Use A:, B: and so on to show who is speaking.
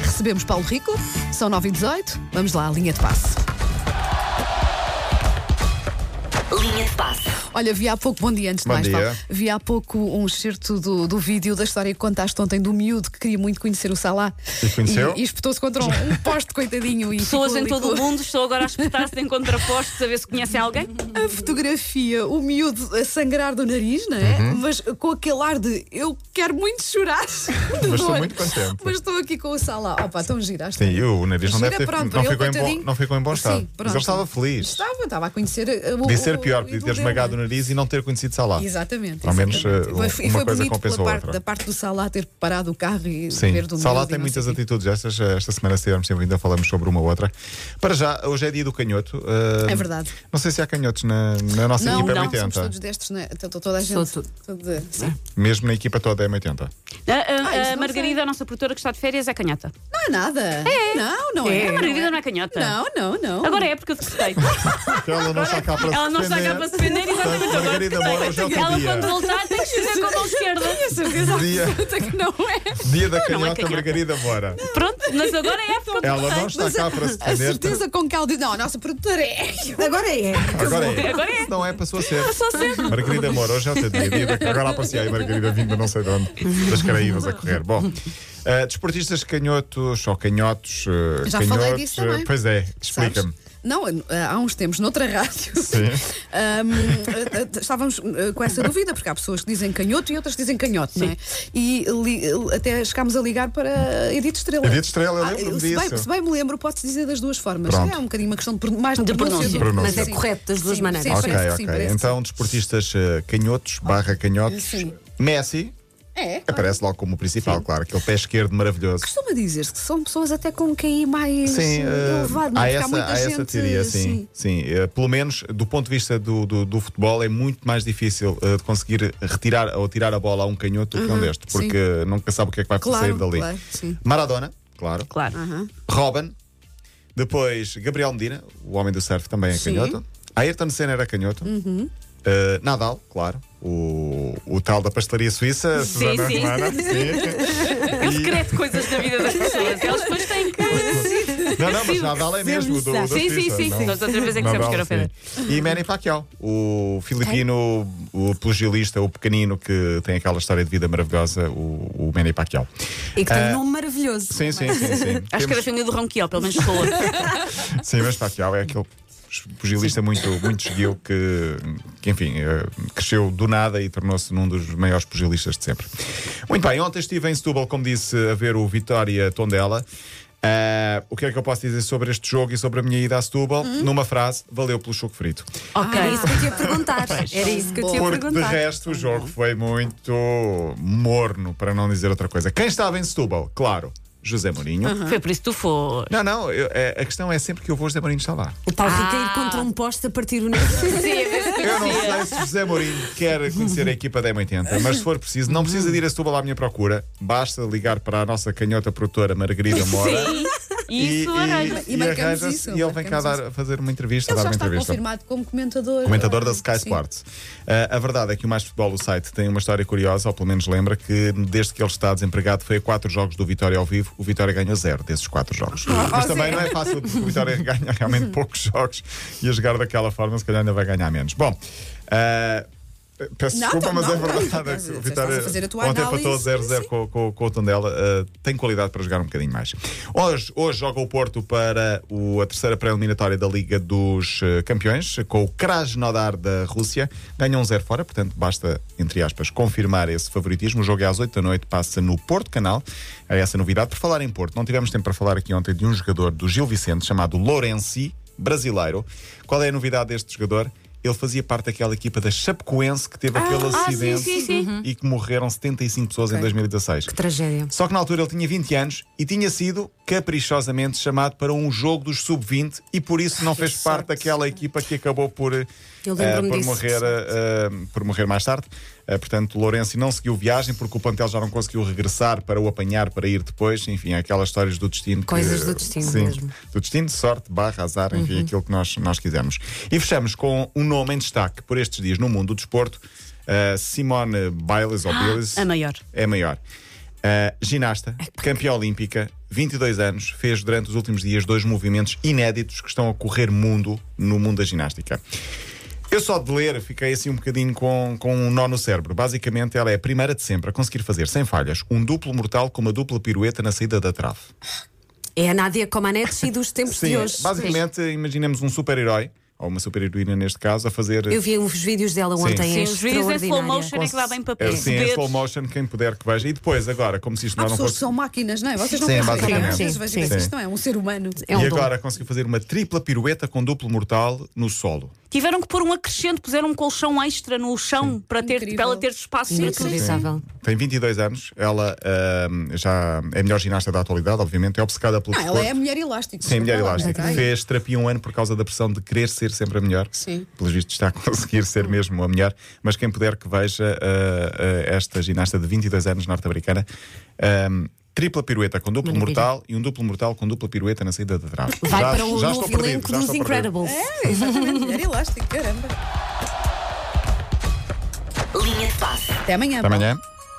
A: recebemos Paulo Rico, são 9 e 18 Vamos lá, linha de passe.
B: Linha de passe.
A: Olha, vi há pouco, bom dia antes de
C: Bom
A: mais,
C: dia.
A: Paulo. Vi há pouco um excerto do, do vídeo da história que contaste ontem do miúdo que queria muito conhecer o Salá.
C: E conheceu?
A: E, e espetou-se contra um, um poste, coitadinho. E
B: Pessoas
A: ficou
B: em
A: ali
B: todo
A: com-
B: o mundo, estou agora a espetar-se em contrapostos a ver se conhecem alguém.
A: A fotografia, o miúdo a sangrar do nariz, não é?
C: Uhum.
A: Mas com aquele ar de eu quero muito chorar. De
C: Mas estou
A: dor.
C: muito contente.
A: Mas estou aqui com o Salá. Opa, então giraste.
C: Sim, e o nariz não
A: Gira,
C: deve ter.
A: pronto,
C: não,
A: ele,
C: ficou em bom,
A: coitadinho.
C: não ficou em bom estado.
A: Sim,
C: mas
A: pronto.
C: ele estava feliz.
A: Estava, estava a conhecer uh, o.
C: Podia ser
A: o-
C: pior,
A: o
C: podia ter
A: ídolo dele,
C: esmagado o
A: não é?
C: nariz e não ter conhecido Salá.
A: Exatamente.
C: Ao menos,
A: exatamente.
C: eh,
A: E foi-
C: uma
A: e foi
C: coisa
A: bonito
C: compensa
A: pela
C: a
A: parte,
C: outra.
A: da parte do Salá ter parado o carro e
C: Sim,
A: ver do
C: Salá
A: miúdo e
C: tem
A: não
C: muitas
A: sei o quê.
C: atitudes estas. Esta semana, se tivermos tempo, ainda falamos sobre uma ou outra. Para já, hoje é dia do canhoto. Ah,
A: É verdade.
C: Não sei se há canhotos na, na nossa
A: Não,
C: equipa
A: não, somos todos
C: M80.
A: destes, né? Tô- tô- toda a
B: Sou
A: gente.
B: tu-
A: Toda- sim.
C: Mesmo na equipa toda é M80.
B: A, a-
A: Ah, isso
B: a
A: não
B: Margarida,
A: sei.
B: a nossa produtora que está de férias, é canhota.
A: Não é nada. É. Não,
D: Oh,
A: não é.
B: A Margarida não é canhota.
A: Não, não, não.
B: Agora é porque eu decretei.
C: Ela não está cá para
B: Ela não está cá para se defender, exatamente
C: Portanto,
B: agora.
C: Margarida Moura, hoje é outro
B: Ela,
C: dia.
B: quando voltar, tem que escrever com a mão esquerda.
A: Tenho a certeza
C: Dia.
A: absoluta que não é.
C: Dia da
B: Não, não é
C: canhota,
B: canhota.
C: Margarida Mora.
B: Pronto, mas agora é porque eu
C: Ela não
B: decretei.
C: está cá para se
A: A
C: defender.
A: certeza com que ela diz. Não, a nossa produtora é.
D: Agora é.
C: Agora é.
B: Agora é.
C: Se Não é, passou a ser.
B: Só sei.
C: Margarida Moura, hoje é o teu dia. dia da- Agora apareci aí, Margarida vinda não sei de onde, das Caraíbas a correr. Bom, eh, desportistas canhotos ou canhotos. eh,
A: Já
C: canhotos,
A: falei disso
C: eh,
A: também.
C: Pois é,
A: Sabes?
C: explica-me.
A: Não, eh, há uns tempos, noutra rádio,
C: Sim.
A: ahm, eh, eh, estávamos eh, com essa dúvida, porque há pessoas que dizem canhoto e outras que dizem canhote, não é? E li- eh, até chegámos a ligar para Edith Estrela.
C: Edith Estrela, eu
A: Ah,
C: lembro-me
A: se bem,
C: disso.
A: se bem me lembro, pode-se dizer das duas formas.
C: Pronto.
A: É um bocadinho uma questão de pron- mais
B: De pronúncia.
A: do-
C: Pronúncia.
A: Mas
C: Sim.
D: é correto das duas
A: Sim,
D: maneiras.
A: sim,
C: Ok,
A: parece que sim,
C: ok.
A: parece que
C: Então, desportistas eh, canhotos barra canhotos.
A: Sim.
C: Messi
A: sim. É.
C: aparece logo como o principal, claro. Aquele pé esquerdo maravilhoso.
A: Costuma dizer-se que são pessoas até com um QI mais
C: Sim, eh,
A: elevado, não
C: há
A: é? Porque
C: essa,
A: muita
C: há
A: gente,
C: essa teoria, sim.
A: sim.
C: sim. Eh, pelo menos do ponto de vista do, do, do futebol, é muito mais difícil eh, de conseguir retirar ou tirar a bola a um canhoto do que a um deste,
A: Uhum, sim.
C: porque eh, nunca sabe o que é que vai
A: Claro,
C: sair dali.
A: claro, sim.
C: Maradona, claro.
B: Claro.
C: Robin, depois Gabriel Medina, o homem do surf, também é
A: Sim. Uhum.
C: canhoto. Ayrton Senna era canhoto. Eh, Nadal, claro. O, o tal da pastelaria suíça,
B: Sim,
C: Susana
B: sim.
C: Romana. Sim.
B: Eu
C: E-
B: decreto coisas da vida das pessoas. Elas depois têm que.
C: Não, não, mas Nadal é mesmo do, da
B: Sim, sim,
C: Suíça,
B: sim, sim.
C: não?
B: Nós outra vez é que dissemos
C: Nadal,
B: que era ofender.
C: sim. E Manny Pacquiao, o filipino, o pugilista, o pequenino que tem aquela história de vida maravilhosa, o, o Manny Pacquiao.
D: E que tem
C: Ah,
D: um nome maravilhoso.
C: Sim, sim, sim. sim.
B: Acho que era
C: Temos-
B: família do Ronquiel, pelo menos falou.
C: Sim, mas Pacquiao é aquele pugilista muito, muito esguio que, que, enfim, eh, cresceu do nada e tornou-se num dos maiores pugilistas de sempre. Muito bem, ontem estive em Setúbal, como disse, a ver o Vitória Tondela. Ah, o que é que eu posso dizer sobre este jogo e sobre a minha ida a Setúbal? Numa frase, valeu pelo choco frito.
B: Ok.
D: Ah, Era isso que eu te ia perguntar. Era isso que eu te ia
C: Porque de
D: perguntar.
C: resto o jogo foi muito morno, para não dizer outra coisa. Quem estava em Setúbal? Claro, José Mourinho.
B: Foi por isso que tu foste.
C: Não, não, eu- é- a questão é sempre que eu vou, José Mourinho está lá.
D: O Paulo
B: Ah.
D: Rica
A: Ah,
D: ir contra um poste a partir do nariz.
B: é
C: Eu não sei se José Mourinho quer conhecer a equipa da M80, mas se for preciso, não precisa de ir a Setúbal à minha procura. Basta ligar para a nossa canhota produtora Margarida Mora.
B: Sim. Isso, arranjo.
A: E marcamos
C: arranja-se,
A: isso,
C: e ele vem cá
A: marcamos
C: dar, fazer uma entrevista.
A: Ele
C: dar
A: já
C: uma
A: está
C: entrevista.
A: confirmado como comentador.
C: Comentador da
A: eh,
C: Sky
A: sim.
C: Sports. Ah, a verdade é que o Mais Futebol, o site, tem uma história curiosa, ou pelo menos lembra, que desde que ele está desempregado foi a quatro jogos do Vitória ao vivo, o Vitória ganhou zero desses quatro jogos.
A: Ah,
C: Mas também não é fácil, porque o Vitória ganha realmente poucos jogos e a jogar daquela forma, se calhar ainda vai ganhar menos. Bom. ah, Peço
A: Não,
C: desculpa,
A: não,
C: mas é
A: não, não,
C: verdade.
A: não,
C: que o
A: estás a
C: Vitória
A: fazer a tua
C: ontem empatou
A: análise.
C: 0-0
A: Sim.
C: com, com, com o Tondela. ah, tem qualidade para jogar um bocadinho mais. Hoje, hoje joga o Porto para o- a terceira pré-eliminatória da Liga dos eh, Campeões, com o Krasnodar da Rússia. Ganha um 0 fora, portanto basta, entre aspas, confirmar esse favoritismo. O jogo é às 8 da noite, passa no Porto Canal. É essa novidade. Por falar em Porto, não tivemos tempo para falar aqui ontem de um jogador do Gil Vicente chamado Lourenci, brasileiro. Qual é a novidade deste jogador? Ele fazia parte daquela equipa da Chapecoense que teve aquele
B: ah, sim,
C: acidente
B: sim, sim.
C: e que morreram 75 pessoas em 2016.
D: Que tragédia.
C: Só que na altura ele tinha 20 anos e tinha sido caprichosamente chamado para um jogo dos sub-20 e por isso não fez parte daquela equipa que acabou por, eh,
D: Eu lembro-me
C: por,
D: disso.
C: morrer, eh, por morrer mais tarde. Eh, portanto, Lourenço não seguiu viagem porque o plantel já não conseguiu regressar para o apanhar para ir depois. Enfim, aquelas histórias do destino. que-
D: Coisas do destino
C: Sim,
D: mesmo. Uhum.
C: do destino, sorte, barra, azar, enfim, aquilo que nós, nós quisermos. E fechamos com um nome em destaque por estes dias no mundo do desporto: eh, Simone Biles ou Biles.
B: a maior.
C: É maior. Eh, ginasta, campeã olímpica, 22 anos, fez durante os últimos dias dois movimentos inéditos que estão a correr mundo no mundo da ginástica. Eu só de ler fiquei assim um bocadinho com, com um nó no cérebro. Basicamente, ela é a primeira de sempre a conseguir fazer, sem falhas, um duplo mortal com uma dupla pirueta na saída da trave.
D: É a Nádia Comaneci dos tempos de hoje.
C: basicamente, imaginemos um super-herói, ou uma super-heroína neste caso, a fazer.
D: Eu vi uns vídeos dela ontem.
B: Sim,
D: é
B: os vídeos em slow
D: extraordinária.
B: motion é que dá bem para
C: É, Sim, em
B: perceber.
C: slow motion, quem puder que veja. E depois, agora, como se isto
A: Há
C: não
A: pessoas
C: fosse.
A: que são máquinas, não é? Vocês não
C: Sim,
A: pensam,
C: basicamente.
A: às vezes
D: Sim,
A: vejo
D: sim.
A: e penso, isto não é um ser humano.
D: É um
C: e
D: dom.
C: agora conseguiu fazer uma tripla pirueta com duplo mortal no solo.
B: Tiveram que pôr um acrescente, puseram um colchão extra no chão para, ter,
A: Incrível.
B: para ela ter espaço. Sim, sim.
D: Inacreditável.
C: Tem 22 anos, ela ahm, já é a melhor ginasta da atualidade, obviamente, é obcecada pelo
A: Ah, ela
C: desporto.
A: é a mulher elástica. é
C: Sim, mulher
D: é
C: elástica.
A: Ai,
C: Fez terapia um ano por causa da pressão de querer ser sempre a melhor.
A: Sim.
C: Pelos vistos está a conseguir ser mesmo a melhor. Mas quem puder que veja ah, ah, esta ginasta de 22 anos norte-americana. ahm, Tripla pirueta com duplo
D: Maravilha.
C: mortal e um duplo mortal com dupla pirueta na saída da trave.
D: Vai
C: Já-
D: para o
C: já
D: novo
C: estou perdido,
D: elenco
C: já
D: dos
C: estou perdido.
D: Incredibles.
A: exatamente, mulher elástica, caramba.
E: Linha de passe.
A: Até amanhã.
C: Até amanhã.